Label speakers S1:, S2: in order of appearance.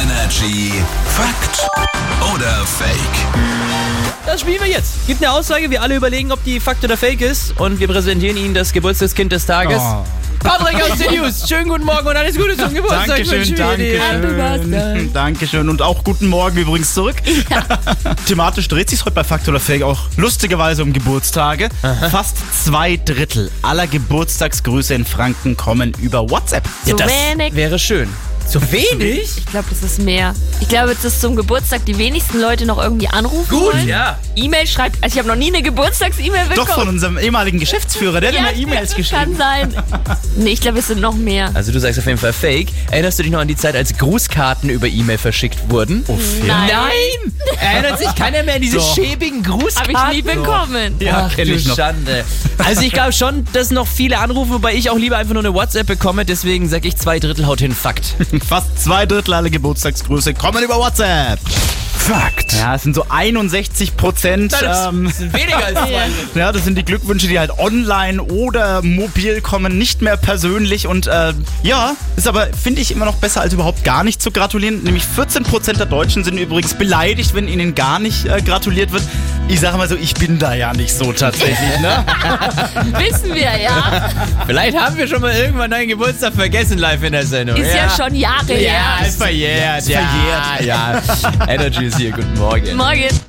S1: Energy Fakt oder Fake?
S2: Das spielen wir jetzt. Gibt eine Aussage, wir alle überlegen, ob die Fakt oder Fake ist. Und wir präsentieren Ihnen das Geburtstagskind des Tages.
S3: Oh.
S2: Patrick aus den News. Schönen guten Morgen und alles Gute zum Geburtstag.
S3: Dankeschön,
S2: wünschen wir dir.
S3: Dankeschön. Dankeschön und auch guten Morgen übrigens zurück. Thematisch dreht sich heute bei Fakt oder Fake auch lustigerweise um Geburtstage. Fast zwei Drittel aller Geburtstagsgrüße in Franken kommen über WhatsApp.
S2: Ja,
S4: Zu
S2: das
S4: wenig.
S2: wäre schön. Zu wenig?
S4: Ich glaube, das ist mehr. Ich glaube, dass zum Geburtstag die wenigsten Leute noch irgendwie anrufen wollen.
S2: ja.
S4: E-Mail schreibt. Also ich habe noch nie eine Geburtstags-E-Mail bekommen.
S3: Doch von unserem ehemaligen Geschäftsführer, der hat
S4: ja,
S3: immer E-Mails
S4: das
S3: geschrieben.
S4: Kann sein. Nee, ich glaube, es sind noch mehr.
S2: Also du sagst auf jeden Fall Fake. Erinnerst du dich noch an die Zeit, als Grußkarten über E-Mail verschickt wurden?
S3: Uff, ja.
S4: Nein.
S2: Nein! Erinnert sich keiner mehr an diese
S3: Oh. Doch.
S2: schäbigen Grußkarten?
S4: Habe ich nie bekommen.
S3: Ja,
S2: Ach
S3: kenn
S2: du
S3: ich noch.
S2: Schande. Also ich glaube schon, dass noch viele anrufen, wobei ich auch lieber einfach nur eine WhatsApp bekomme. Deswegen sag ich zwei Drittel haut hin, Fakt.
S3: Fast zwei Drittel aller Geburtstagsgrüße kommen über WhatsApp.
S1: Fakt.
S3: Ja, es sind so 61 Prozent. Ähm,
S2: sind weniger als zwei.
S3: Ja, das sind die Glückwünsche, die halt online oder mobil kommen, nicht mehr persönlich. Und äh, ja, ist aber, finde ich, immer noch besser, als überhaupt gar nicht zu gratulieren. Nämlich 14% der Deutschen sind übrigens beleidigt, wenn ihnen gar nicht äh, gratuliert wird. Ich sage mal so, ich bin da ja nicht so tatsächlich, ne?
S4: Wissen wir, ja.
S2: Vielleicht haben wir schon mal irgendwann deinen Geburtstag vergessen live in der Sendung.
S4: Ist ja, schon Jahre
S2: Ja,
S4: her.
S2: ist verjährt. Ja, ja. Energy ist hier. Guten Morgen.
S4: Morgen.